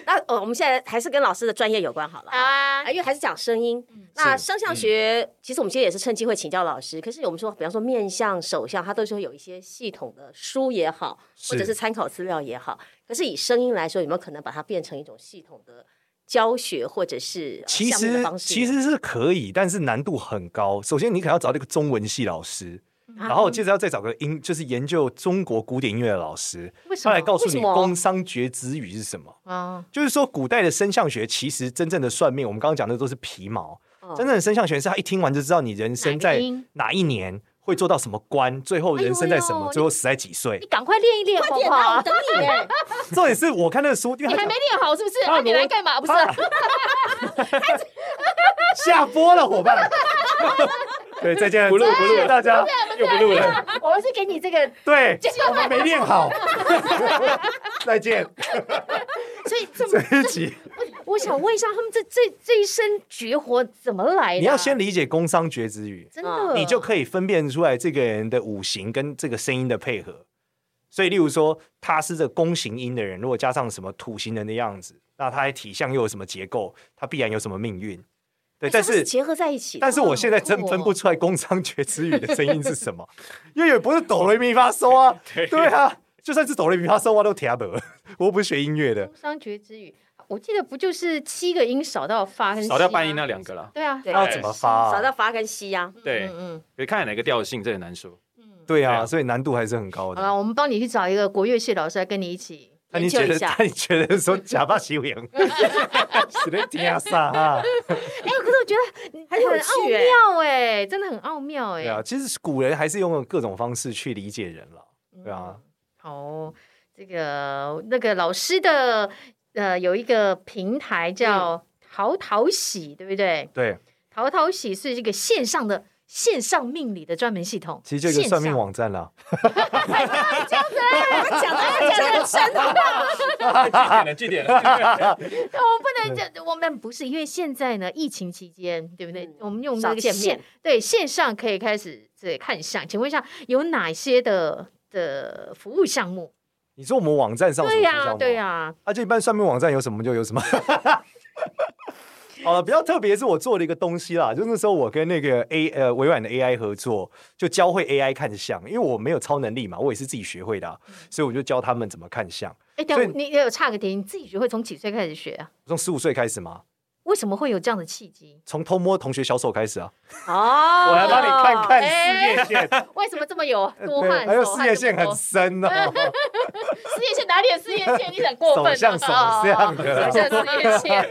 S4: 那呃，我们现在还是跟老师的专业有关好了。
S5: 好啊
S4: 啊，，因为还是讲声音。那
S3: 是嗯
S4: 声像学，其实我们今天也是趁机会请教老师。可是我们说，比方说面相、手相，它都是会有一些系统的书也好，或者
S3: 是
S4: 是参考资料也好。可是以声音来说，有没有可能把它变成一种系统的教学，或者是、呃
S3: 其
S4: 项目
S3: 实
S4: 的方式呢？
S3: 其实是可以，但是难度很高。首先，你可能要找这个中文系老师，
S5: 嗯
S3: 然后接着要再找个音，就是研究中国古典音乐的老师，
S5: 为什
S3: 他
S5: 么
S3: 来告诉
S4: 为什
S3: 你
S4: 么
S3: 工商角之语是什么。
S5: 啊，
S3: 就是说，古代的生相学其实真正的算命，我们刚刚讲的都是皮毛。
S4: 哦
S3: 真正的生相学是他一听完就知道你人生
S5: 哪
S3: 在
S5: 个音
S3: 哪一年会做到什么官，最后人生在什
S5: 哎呦
S3: 么，
S5: 呦
S3: 最后死在几岁
S5: 你。赶快练一练，好不好？
S4: 啊等你 耶，
S3: 重点是我看那个书，因为
S5: 你
S3: 他
S5: 还没
S3: 讲
S5: 练好 是不是？
S3: 他
S5: 那你来
S3: 罗
S5: 干嘛？不是啊，
S3: 下播了，伙伴。 对，再见，
S6: 不录不录
S3: 谢谢大家。
S6: 又不录了。
S5: 啊我们是给你这个，
S3: 对，我们没练好。再见，
S5: 所以这么
S3: 这一集
S5: 我想问一下，他们这这这一身绝活怎么来的啊？
S3: 你要先理解工商角之语，
S5: 真的，
S3: 你就可以分辨出来这个人的五行跟这个声音的配合。所以，例如说，他是这弓形音的人，如果加上什么土型人的样子，那他的体相又有什么结构，他必然有什么命运。对，但
S4: 它
S3: 是
S4: 结合在一起的。嗯
S3: 但是我现在
S5: 好
S3: 真
S5: 酷哦
S3: 分不出来工商角之语的声音是什么，因为也不是哆来咪发嗦啊， 对啊，就算是哆来咪发嗦我都听不懂，我又不是学音乐的
S5: 工。商角之语，我记得不就是七个音少到发跟西
S6: 少掉
S5: 吗
S6: 半音那两个了。
S5: 对啊，
S4: 对哦
S3: 那要怎么发啊
S4: 少到发跟西呀、
S6: 对，
S5: 嗯
S6: 可以看哪个调性，这很难说。
S3: 对
S6: 对
S3: 啊，
S6: 啊
S3: 所以难度还是很高
S5: 嗯，好了，
S3: 的。
S5: 我们帮你去找一个国乐系老师来跟你一起。
S3: 那你觉
S4: 研究一
S3: 得？
S4: 下
S3: 那你觉得说假发修养是在听啥啊？
S5: 哎，可是我觉得你
S4: 很有
S5: 奥
S4: 趣欸
S5: 妙哎，真的很奥妙
S3: 对啊，
S5: 哎。
S3: 其实古人还是用各种方式去理解人了。对啊，
S5: 哦，这个那个老师的呃有一个平台叫
S3: 嗯
S5: 淘淘喜，对不对？
S3: 对，
S5: 淘淘喜是这个线上的线上命理的专门系统，
S3: 其实就一个算命
S5: 线上。啊
S3: 网站啦。
S4: 讲的讲的真的，
S6: 据点了，据点了。
S5: 我们不能这，我们不是因为现在呢，疫情期间，对不对
S4: 嗯？
S5: 我们用
S4: 少
S5: 这个
S4: 见
S5: 线
S4: 面
S5: 对线上可以开始对看相，请问一下有哪些的的服务项目？
S3: 你说我们网站上什么
S5: 对
S3: 学校
S5: 呀，
S3: 吗
S5: 对呀，
S3: 啊，就一般算命网站有什么就有什么。 好了，比较特别是我做了一个东西啦，就那时候我跟那个 A 呃微软的 AI 合作，就教会 AI 看相，因为我没有超能力嘛，我也是自己学会的啊、所以我就教他们怎么看相。
S5: 哎，等
S3: 所
S5: 下
S3: 以
S5: 你你有差个题，你自己学会从几岁开始学啊？
S3: 从十五岁开始嘛，
S5: 为什么会有这样的契机？
S3: 从偷摸同学小手开始啊，
S4: 哦，
S3: 我来帮你看看事
S5: 哎
S3: 业线，
S5: 为什么这么有多
S3: 对，
S5: 汗？
S3: 还有
S5: 手
S3: 哎事
S5: 汗
S3: 业
S5: 这
S3: 线
S5: 么
S3: 很
S5: 多
S3: 深哦，
S5: 事业线哪里有事业线？你很过
S3: 手
S5: 分、啊，
S3: 像手这样的
S5: 哦手像事业线。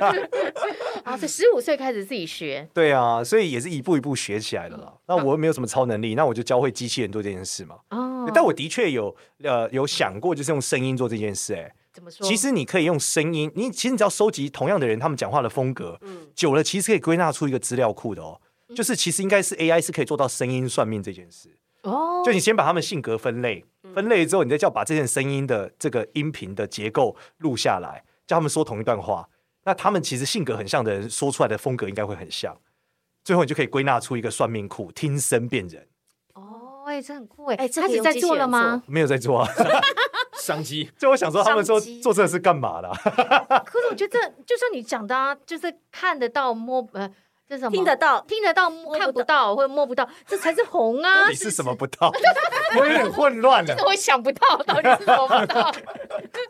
S5: 啊，所以十五岁开始自己学，
S3: 对啊，所以也是一步一步学起来的啦。那我又没有什么超能力，那我就教会机器人做这件事嘛。
S5: 哦，
S3: 但我的确有呃有想过，就是用声音做这件事、哎。
S5: 怎么说？
S3: 其实你可以用声音，你其实你只要收集同样的人他们讲话的风格，
S4: 嗯
S3: 久了其实可以归纳出一个资料库的哦。
S5: 嗯
S3: 就是其实应该是 AI 是可以做到声音算命这件事，
S5: 哦，嗯
S3: 就你先把他们性格分类，分类之后你再叫把这件声音的这个音频的结构录下来，叫他们说同一段话，那他们其实性格很像的人说出来的风格应该会很像，最后你就可以归纳出一个算命库，听声辨人。
S5: 哦，哎、这很酷哎、
S4: 哎这
S5: 开
S4: 可以
S5: 始
S4: 用
S5: 在
S4: 机器
S5: 做了
S4: 人
S5: 吗？
S3: 没有在做啊，
S6: 商机，
S3: 就我想说他们说
S5: 上机
S3: 做这是干嘛的啊、
S5: 可是我觉得这就像你讲的啊，就是看得到摸呃，这是什么？
S4: 听得到，
S5: 听得到，
S4: 不
S5: 看不
S4: 到
S5: 到或者摸不到，这才是红啊！
S3: 到底是什么不 到？我有点混乱了
S5: 这。我想不到到底是摸不到。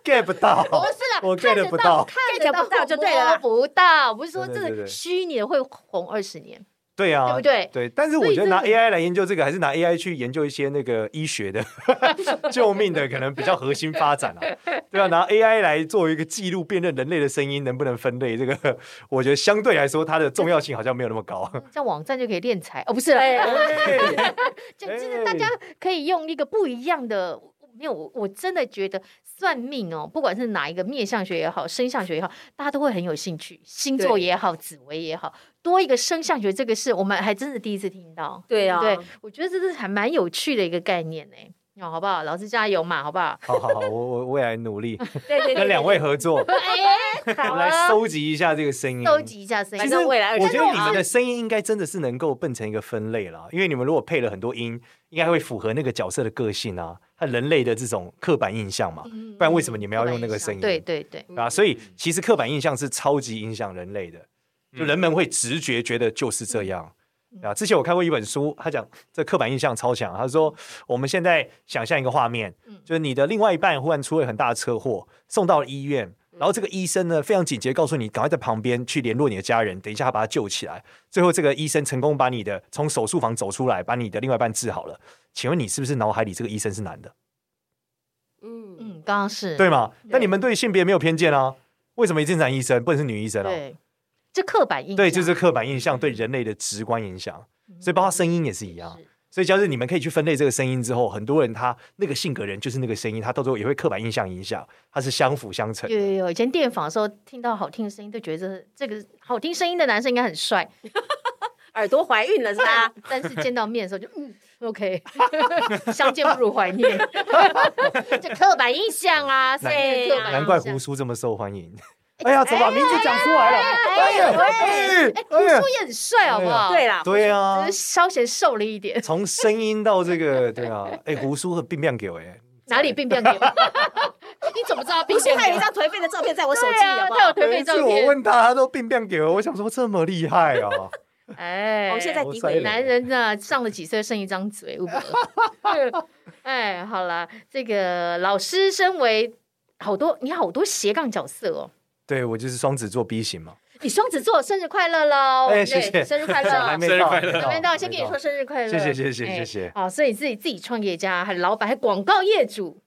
S3: get 不到，
S5: 不是啦，
S3: 哦我
S5: 看
S3: get
S5: 得
S3: 不到。
S5: 看得
S4: 看得不到就对了
S5: 摸
S4: 啦
S5: 不到，不是说
S3: 对
S5: 这
S3: 对对
S5: 个
S3: 对
S5: 虚拟的会红二十年，
S3: 对啊，
S5: 对不对
S3: 对，但是我
S5: 所以
S3: 觉得拿
S5: 这个
S3: AI 来研究这个，还是拿 AI 去研究一些那个医学 的救命的，可能比较核心发展啊。对啊，拿 AI 来作为一个记录辨认人类的声音能不能分类，这个我觉得相对来说它的重要性好像没有那么 高。
S5: 像网站就可以练财哦，不是啦，
S3: 哎
S5: 就就是大家可以用一个不一样的。没有，我我真的觉得算命哦，不管是哪一个面相学也好，生相学也好，大家都会很有兴趣。星座
S4: 对
S5: 也好，紫微也好，多一个生相学，这个是我们还真是第一次听到。
S4: 对啊
S5: 对，我觉得这是还蛮有趣的一个概念呢。哦，好不好？老师加油嘛，好不好？
S3: 好好好，我我未来努 力
S5: 对对
S3: 跟两位合作，我
S5: 哎，好
S3: 们
S5: 啊
S3: 来收集一下这个声音。
S5: 收集一下声
S3: 嗯其实。
S4: 反
S5: 音
S4: 正未来
S3: 我
S4: 20
S3: 觉得你们的声音应该真的是能够变成一个分类啦，因为你们如果配了很多音，应该会符合那个角色的个性啊，和人类的这种刻板印象嘛。不然为什么你们要用那个声音？
S5: 对对对，
S3: 啊，所以其实刻板印象是超级影响人类的，就人们会直觉觉得就是这样。啊，之前我看过一本书，他讲这刻板印象超强。他说，我们现在想象一个画面，就是你的另外一半忽然出了很大的车祸，送到了医院，然后这个医生呢非常紧急地告诉你，赶快在旁边去联络你的家人，等一下把他救起来。最后这个医生成功把你的从手术房走出来，把你的另外一半治好了。请问你是不是脑海里这个医生是男的？
S4: 嗯嗯，
S5: 嗯，刚刚是
S3: 对吗？
S5: 对
S3: 但你们对性别没有偏见啊？为什么一定是男医生，不能是女医生啊？
S5: 对，这刻板印象
S3: 对，就是刻板印象对人类的直观影响，所以包括声音也是一样
S5: 嗯是。
S3: 所以，就是你们可以去分类这个声音之后，很多人他那个性格人就是那个声音，他到最后也会刻板印象影响，他是相辅相成。
S5: 有有有，以前电访的时候听到好听的声音，就觉得这个好听声音的男生应该 很帅，
S4: 耳朵怀孕了是吧？
S5: 但是见到面的时候就嗯，OK，相见不如 怀念，就刻板印象啊，所以刻板印象
S3: 难怪胡叔这么受欢迎。哎呀，怎么把名字讲出来了？哎呀，哎
S5: 哎，胡
S3: 哎呀
S5: 叔，也很帅，好不好？
S4: 对啦，
S3: 对啊
S5: 只是，稍显瘦了一点，
S3: 从声音到这个，对啊，哎，胡叔很病变给我哎，
S5: 哪里病 变给我？你怎么知道病
S4: 不是
S5: 变
S4: 还有
S5: 给
S4: 一
S5: 我？
S4: 张颓废的照片在我手
S5: 对
S4: 机，
S5: 啊，
S4: 好不
S5: 他有
S4: 好？
S5: 颓
S3: 有
S5: 废
S3: 一
S5: 照
S3: 次哎我
S5: 片。
S3: 问他，他都病变给我，我想说这么厉害啊，
S5: 哎，
S4: 我们现在
S3: 我
S4: 诋
S3: 塞
S4: 毁
S3: 了
S5: 男人呢，上了几岁剩一张嘴，吴伯 哎，好了，这个老师身为好多，你好多斜杠角色哦。
S3: 对我就是双子座 B 型嘛，
S5: 你双子座生日快乐喽！
S3: 哎谢谢
S5: 对生日快
S3: 还
S5: 乐！
S3: 没
S6: 生日
S3: 到，
S6: 快乐
S5: 小编到，先跟你
S3: 还没
S5: 说啊生日快乐！
S3: 谢谢谢谢
S5: 哎
S3: 谢谢
S5: 好，所以自己自己创业家，还老板，还广告业主，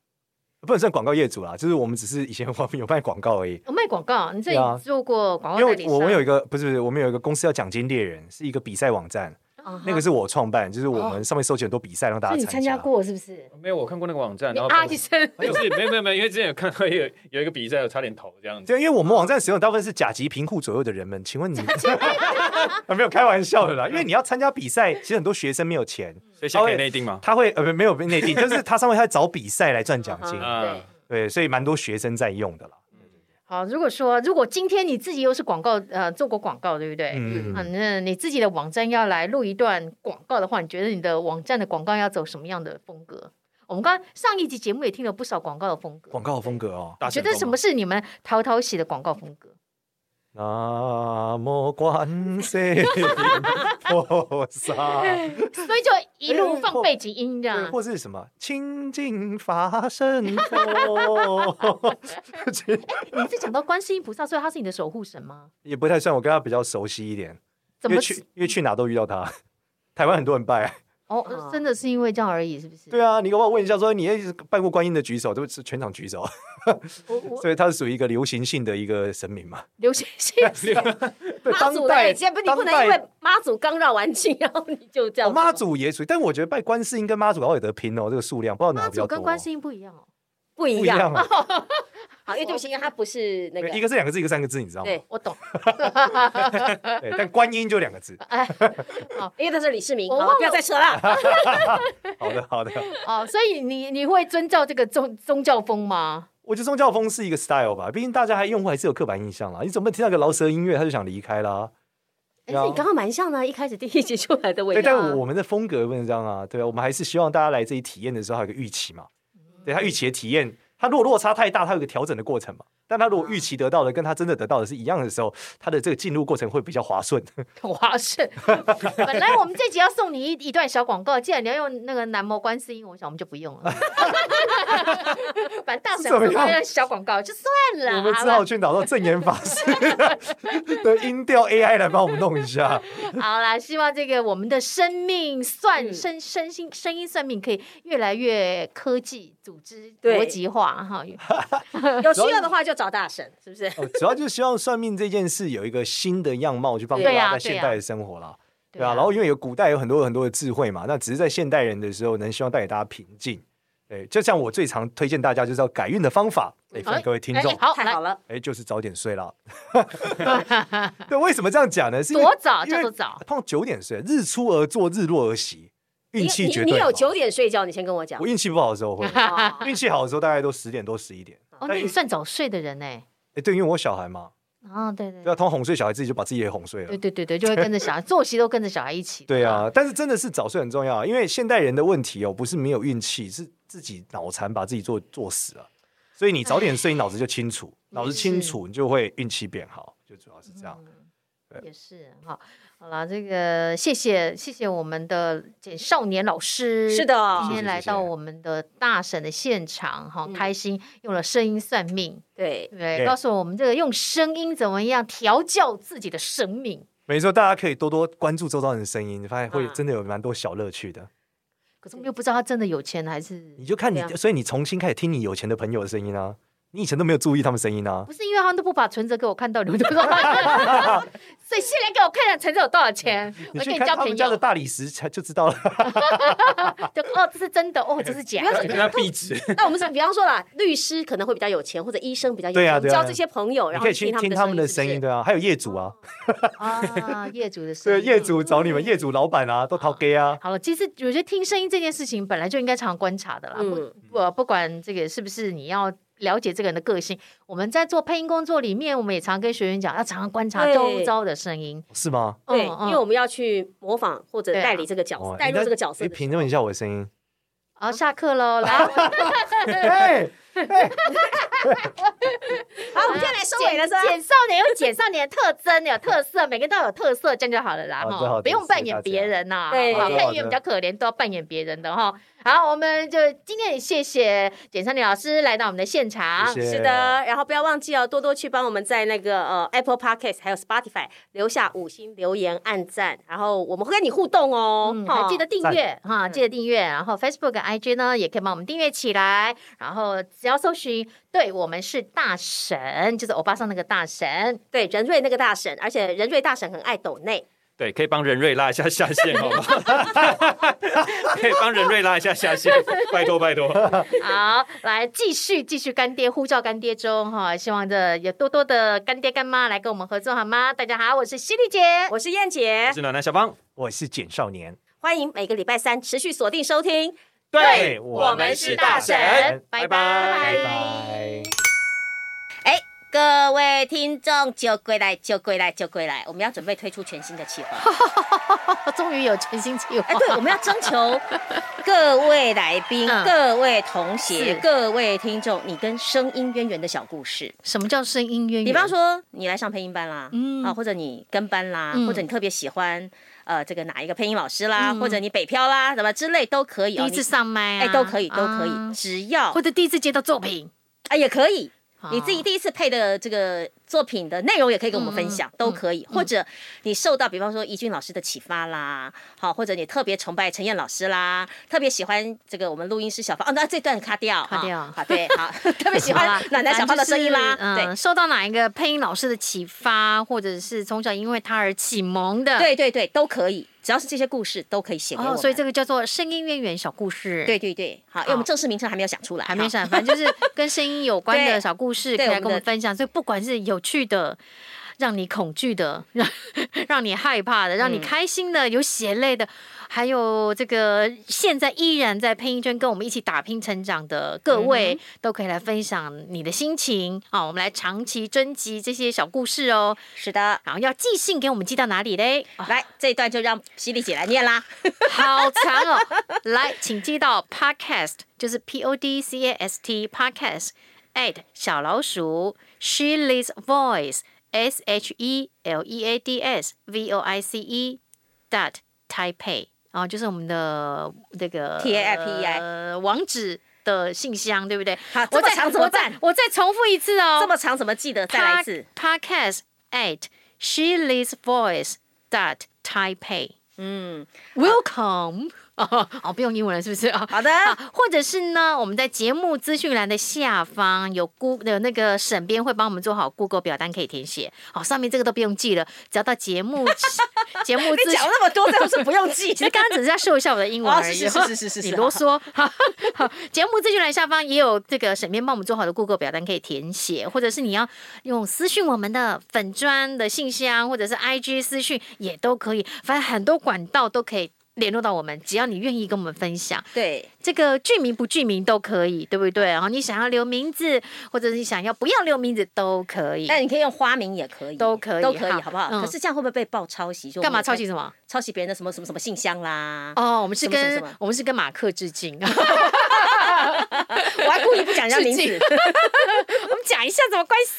S3: 不能算广告业主啦，就是我们只是以前我们有卖广告而已。
S5: 哦卖广告，你这
S3: 对啊
S5: 里做过广告
S3: 因
S5: 代
S3: 为
S5: 理商？
S3: 我们有一个不是不是，我们有一个公司叫奖金猎人，是一个比赛网站，
S5: 啊哈
S3: 那个是我创办，就是我们上面收集很多比赛让大家
S5: 哦所以你
S3: 参
S5: 参加过是不是？
S6: 没有，我看过那个网站，
S5: 你
S6: 然后
S5: 啊一声，
S3: 嗯
S6: 不是没有没有没有，因为之前有看到有有一个比赛，有差点投这样子。
S3: 对，因为我
S5: 哦
S3: 们网站使用大部分是甲级贫户左右的人们，请问你 啊没有开玩笑的啦，因为你要参加比赛，其实很多学生没有钱，
S5: 嗯
S6: 所以先可以内定吗？
S3: 他会呃不没有内定，就是他上面他找比赛来赚奖
S5: 嗯
S3: 金，
S6: 啊、
S4: 对
S3: 对，所以蛮多学生在用的啦。
S5: 好，如果说如果今天你自己又是广告呃做过广告，对不对？
S3: 嗯
S5: 嗯，那你自己的网站要来录一段广告的话，你觉得你的网站的广告要走什么样的风格？我们刚上一集节目也听了不少广告的风格，
S3: 广告风格哦，
S6: 大
S5: 你觉
S6: 神
S5: 得
S6: 风
S5: 什
S6: 吗
S5: 么是你们淘淘喜的广告风 格？
S3: 南无观世音菩萨。
S5: 所以就一路放背景音这
S3: 对，
S5: 样。
S3: 或是什么清净法身佛，其实
S5: 你是讲到观世音菩萨，所以他是你的守护神吗？
S3: 也不太算。我跟他比较熟悉一点，
S5: 怎
S3: 因
S5: 么
S3: 为去因为去哪都遇到他。台湾很多人拜，
S5: 哦，真的是因为这样而已，是不是？
S3: 嗯对啊，你给我问一下，说你也拜过观音的举手，都是全场举手，
S5: 我 我
S3: 所以他是属于一个流行性的一个神明嘛。
S5: 流行性
S3: 对，啊
S4: 妈
S3: 当
S4: 祖的，
S3: 代
S4: 你现在不你不
S3: 当
S4: 能因
S3: 代
S4: 为妈祖刚绕完境，然后你就这样
S3: 哦
S4: 子
S3: 妈
S4: 吗。
S3: 祖也属于，但我觉得拜观世音跟妈祖好像有得拼哦，这个数量不知道哪
S5: 妈
S3: 个比较
S5: 祖
S3: 多。
S5: 跟观世音不一样哦。
S4: 不一
S3: 不一
S4: 样
S3: 样，啊，
S4: 好，因为对不起，因为它不是那个
S3: 一个是两个字，一个三个字，你知道吗？
S4: 对
S5: 我懂，
S3: 对，但观音就两个 字。
S4: 哦因为他是李世民，
S3: 哦
S5: 我
S4: 好了
S5: 忘
S4: 不要
S5: 了
S4: 再扯了。
S3: 好的，好的。
S5: 哦，所以你你会遵照这个宗宗教风吗？
S3: 我觉得宗教风是一个 style 吧，毕竟大家还用户还是有刻板印象啦。你怎么听到个饶舌音乐他就想离开啦？
S4: 哎，
S3: 对啊
S4: 你刚刚蛮像呢，一开始第一集出来的味
S3: 对，但
S4: 道。
S3: 我我们的风格不能这样啊，对啊，我们还是希望大家来这里体验的时候还有个预期嘛。对他预期的体验，他如果落差太大，他有个调整的过程嘛。但他如果预期得到的跟他真的得到的是一样的时候，他的这个进入过程会比较滑顺。
S5: 很划算。 本来我们这集要送你一一段小广告，既然你要用那个南摩观世音，我想我们就不用了。 反正大神送那段小广告就算
S4: 啊
S5: 了。
S3: 我们只好去找到正言法师 的音调 AI 来帮我们弄一下。
S5: 好啦，希望这个我们的生命算
S4: 嗯
S5: 身身心声音算命可以越来越科技组织
S4: 对
S5: 国际化哈。
S4: 有需要的话就找大神，是不是？
S3: 哦主要就是希望算命这件事有一个新的样貌，去帮助大
S5: 对
S3: 家在
S5: 啊对
S3: 现
S5: 啊
S3: 代的生活啦。对啊，然后因为有古代有很多很多的智慧嘛，那只是在现代人的时候，能希望带给大家平静。对，就像我最常推荐大家就是要改运的方法，哎，分
S5: 哎
S3: 享各位 听众
S5: 哎，好
S4: 太
S5: 来
S4: 好了，
S3: 哎，就是早点睡啦。对，为什么这样讲呢？是因为
S5: 多早
S3: 因为
S5: 叫做早
S3: 碰九点睡，日出而作，日落而息。运气
S4: 你
S3: 绝
S4: 你
S3: 对
S4: 你有
S3: 好
S4: 九点睡觉，你先跟我讲
S3: 我。运气不好的时候会，
S4: 哦
S3: 运气好的时候大概都十点多十一点。
S5: 哦，那你算早睡的人呢？
S3: 哎，对，因为我小孩嘛，
S5: 哦，对对
S3: 对啊，通常哄睡小孩自己就把自己也哄睡了
S5: 对。对对对，就会跟着小孩作息都跟着小孩一起。
S3: 对，啊，但是真的是早睡很重要啊，因为现代人的问题哦，不是没有运气，是自己脑残把自己做做死了。所以你早点睡，你脑子就清楚，脑子清楚，你就会运气变好，就主要是这
S5: 嗯
S3: 样。
S5: 也是好，好了，这个谢谢谢谢我们的简少年老师，
S4: 是的哦
S5: 今
S3: 谢
S5: 天
S3: 谢
S5: 来
S3: 谢
S5: 到
S3: 谢
S5: 我们的大婶的现场，好
S4: 嗯
S5: 开心，用了声音算命，
S4: 对
S5: 对，不对？
S3: 对
S5: 告诉我们这个用声音怎么样调教自己的生命。
S3: 没错，大家可以多多关注周遭人的声音，你发现会
S4: 啊
S3: 真的有蛮多小乐趣的。
S5: 可是我们又不知道他真的有钱还是
S3: 你就看你
S4: 对，啊
S3: 所以你重新开始听你有钱的朋友的声音啊，你以前都没有注意他们声音啊。
S5: 不是因为他们都不把存折给我看到你 们多少钱， 所以现在给我看一下存折有多少钱，我
S3: 你
S5: 给
S3: 去
S5: 你
S3: 看
S5: 交
S3: 他
S5: 朋
S3: 们家的
S5: 友，
S3: 大理石才就知道了。
S5: 就哦这是真的，哦这是假 的，
S6: 跟他壁纸，
S4: 那我们是比方说啦，律师可能会比较有钱，或者医生比较有钱，
S3: 对啊
S4: 我们
S3: 对啊
S4: 交这些朋友，
S3: 你
S4: 哦然后
S3: 可以去听他
S4: 他
S3: 们的声音，
S4: 是不是
S3: 对啊，还有业主啊，
S5: 啊，业主的声
S3: 对
S5: 音。
S3: 业主找你们，业主老板啊，都掏 gay 啊，
S5: 好了，其实我觉得听声音这件事情本来就应该常观察的啦。
S4: 嗯
S5: 不不不管这个是不是你要了解这个人的个性，我们在做配音工作里面，我们也常跟学员讲，要常常观察
S4: 对
S5: 周遭的声音。
S3: 是吗？
S4: 对，
S5: 嗯嗯
S4: 因为我们要去模仿或者
S5: 对啊
S4: 代理这个角色，
S3: 哦
S4: 代入这个角色
S3: 你
S4: 的时候。
S3: 评论一下我的声音。
S4: 啊
S5: 好，下 课喽，来，
S3: 哎，
S4: 好，我们现在来收尾了，是吧？
S5: 减少年有减少年的特征，有特色，每个人都有特色，这样就好了啦，
S3: 好
S4: 哦
S3: 的
S5: 哈，
S3: 好的
S5: 不用扮演别人呐，
S4: 谢谢
S5: 好
S4: 大
S5: 不
S4: 家
S3: 对
S5: 好配乐比较可怜，都要扮演别人的哈。好，我们就今天也谢谢简少年老师来到我们的现场，
S3: 谢谢
S4: 是的，然后不要忘记哦，多多去帮我们在那个呃 Apple Podcast 还有 Spotify 留下五星留言、按赞，然后我们会跟你互动哦，
S5: 嗯，
S4: 哈
S5: 还记得订阅哈，记得订阅。然后 Facebook、IG 呢，也可以帮我们订阅起来。然后只要搜寻“对我们是大神”，就是欧巴桑那个大神。
S4: 对任瑞那个大婶，而且任瑞大婶很爱抖内，
S6: 对，可以帮任瑞拉一下下线，好吗？ 可以帮任瑞拉一下下线，拜托 拜托。
S5: 好，来继续继续干爹呼叫干爹中哈，希望这有多多的干爹干妈来跟我们合作好吗？大家好，我是犀利姐，
S4: 我是燕姐
S6: 我，是暖男小芳，
S3: 我是简少年，
S4: 欢迎每个礼拜三持续锁定收听。
S5: 对
S4: 我们是大神
S3: 拜
S5: 拜拜
S3: 拜。
S4: 各位听众，就归来，就归来，就归来！我们要准备推出全新的企划，
S5: 我终于有全新计划
S4: 哎，。对，我们要征 求各位来宾、
S5: 嗯
S4: 各位同学、
S5: 是
S4: 各位听众，你跟声音渊源的小故事。
S5: 什么叫声音渊
S4: 比
S5: 源？哦
S4: 方，说，你来上配音班啦，
S5: 嗯
S4: 啊，或者你跟班啦，
S5: 嗯
S4: 或者你特别喜欢呃这个哪一个配音老师啦，
S5: 嗯
S4: 或者你北漂啦，什么之类都可以。
S5: 第一次
S4: 哦
S5: 上麦
S4: 你
S5: 啊，
S4: 哎，都可以，都可以，
S5: 啊
S4: 只要
S5: 或者第一次接到作品，
S4: 哎也可以，你
S5: 好
S4: 自己第一次配的这个作品的内容也可以跟我们分享，
S5: 嗯
S4: 都可以。或者你受到比方说怡君老师的启发啦，好，或者你特别崇拜陈燕老师啦，特别喜欢这个我们录音师小芳，哦，那这段卡掉，
S5: 卡掉
S4: 啊好，对， 好，特别喜
S5: 好啦
S4: 欢奶奶小芳的声音啦，
S5: 反正就是嗯，受到哪一个配音老师的启发，或者是从小因为他而启蒙的，，
S4: 对，对对对，都可以，只要是这些故事都可以写给我
S5: 哦，
S4: 们。
S5: 所以这个叫做声音渊源小故事，，
S4: 对对对，好，因为我们正式名称还没有想出来，
S5: 还没
S4: 哈。
S5: 闪，反正就是跟声音有关的
S4: 对
S5: 小故事，可
S4: 对
S5: 以来
S4: 我们
S5: 跟我们
S4: 的
S5: 分享。所以不管是有趣的。让 你恐惧的，让让你害怕的，让
S4: 嗯
S5: 你开心的，有血泪的，还有这个现在依然在配音圈跟我们一起打拼成长的各位，
S4: 嗯
S5: 都可以来分享你的心情啊！我们来长期征集这些小故事哦。
S4: 是的，
S5: 然后要寄信给我们寄到哪里嘞？
S4: 来这一段就让犀利姐来念啦。
S5: 好长哦！来，请寄到 podcast，就是 p o d c a s t podcast at 小老鼠 she leads voice s h e l e a d s v o i c e dot taipei 啊、就是我们的这个
S4: T A I P E I
S5: 呃网址的信箱，对不对？
S4: 好，
S5: 我
S4: 这么
S5: 再
S4: 长怎
S5: 我
S4: 么
S5: 再
S4: 办？
S5: 我再重复一次哦，
S4: 这么长怎么记得？再来一次。
S5: Pa- podcast at she leads voice dot taipei。
S4: 嗯，
S5: Welcome 哦， 哦，不用英文了，是不是 啊？
S4: 好的，
S5: 啊或者是呢，我们在节目资讯栏的下方有 Go 的那个审编会帮我们做好 Google 表单可以填写。好、上面这个都不用记了，只要到节目 节目
S4: 你
S5: 资
S4: 讲了。
S5: 讯
S4: 那么 多，最后是不用记。
S5: 其实刚刚只是在秀一下我的英文
S4: 哦
S5: 而已，
S4: 是是是是是是
S5: 你啰嗦。 好好节目资讯栏下方也有这个沈编帮我们做好的 Google 表单可以填写，或者是你要用私讯我们的粉砖的信箱，或者是 IG 私讯也都可以，反正很多管道都可以。联络到我们，只要你愿意跟我们分享，
S2: 对，
S5: 这个剧名不剧名都可以，对不对？然后你想要留名字，或者是你想要不要留名字都可以。
S2: 但你可以用花名也可以，
S5: 都可以
S2: 都可以，
S5: 哈
S2: 好不好？
S5: 嗯
S2: 可是这样会不会被爆抄袭？说我
S5: 干嘛
S2: 们
S5: 抄袭？什么？
S2: 抄袭别人的什么什么什么信箱啦？
S5: 哦，我们是
S2: 什么什么
S5: 跟
S2: 什么
S5: 我们是跟马克致敬，
S2: 我还故意不讲人家 名
S5: 致敬
S2: 字，
S5: 我们讲一下怎么关系，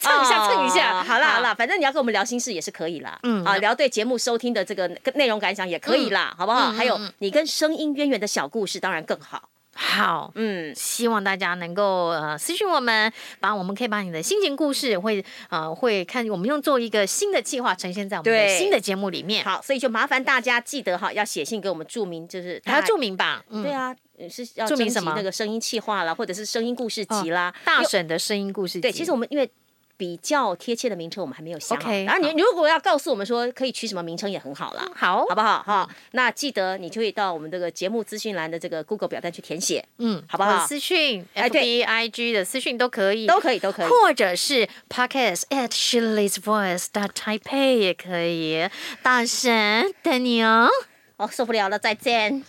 S5: 蹭一下
S2: 哦
S5: 蹭一下，
S2: 好啦好啦，反正你要跟我们聊心事也是可以啦，嗯
S5: 嗯
S2: 啊，聊对节目收听的这个内容感想也可以啦，好不好？
S5: 嗯嗯
S2: 还有
S5: 嗯
S2: 你跟声音渊源的小故事，当然更好。
S5: 好。
S2: 嗯，
S5: 希望大家能够呃私信我们，把我们可以把你的心情故事会呃会看，我们用做一个新的计划呈现在我们的
S2: 对
S5: 新的节目里面，
S2: 好，所以就麻烦大家记得哈，要写信给我们注明，就是
S5: 还要
S2: 大
S5: 注明吧，嗯，
S2: 对，啊，呃是要
S5: 注
S2: 征
S5: 明
S2: 集
S5: 什么哦
S2: 那个声音气化啦，或者是声音故事集啦，
S5: 大
S2: 因为
S5: 婶的声音故事集，
S2: 对，其实我们因为。比较贴切的名称我们还没有想好
S5: OK，
S2: 然后
S5: 好哦
S2: 你如果要告诉我们说可以取什么名称也很好啦，
S5: 好
S2: 好，不好？哈，那记得你就可以到我们这个节目资讯栏的这个 Google 表单去填写，
S5: 嗯，
S2: 好不好
S5: 或者私讯
S2: 哎
S5: F B
S2: 对
S5: I G 的私讯都可以，
S2: 都可以，都可以。
S5: 或者是 podcast at Shirley's Voice dot Taipei 也可以，大神等你哦。
S2: 哦，受不了了，再见。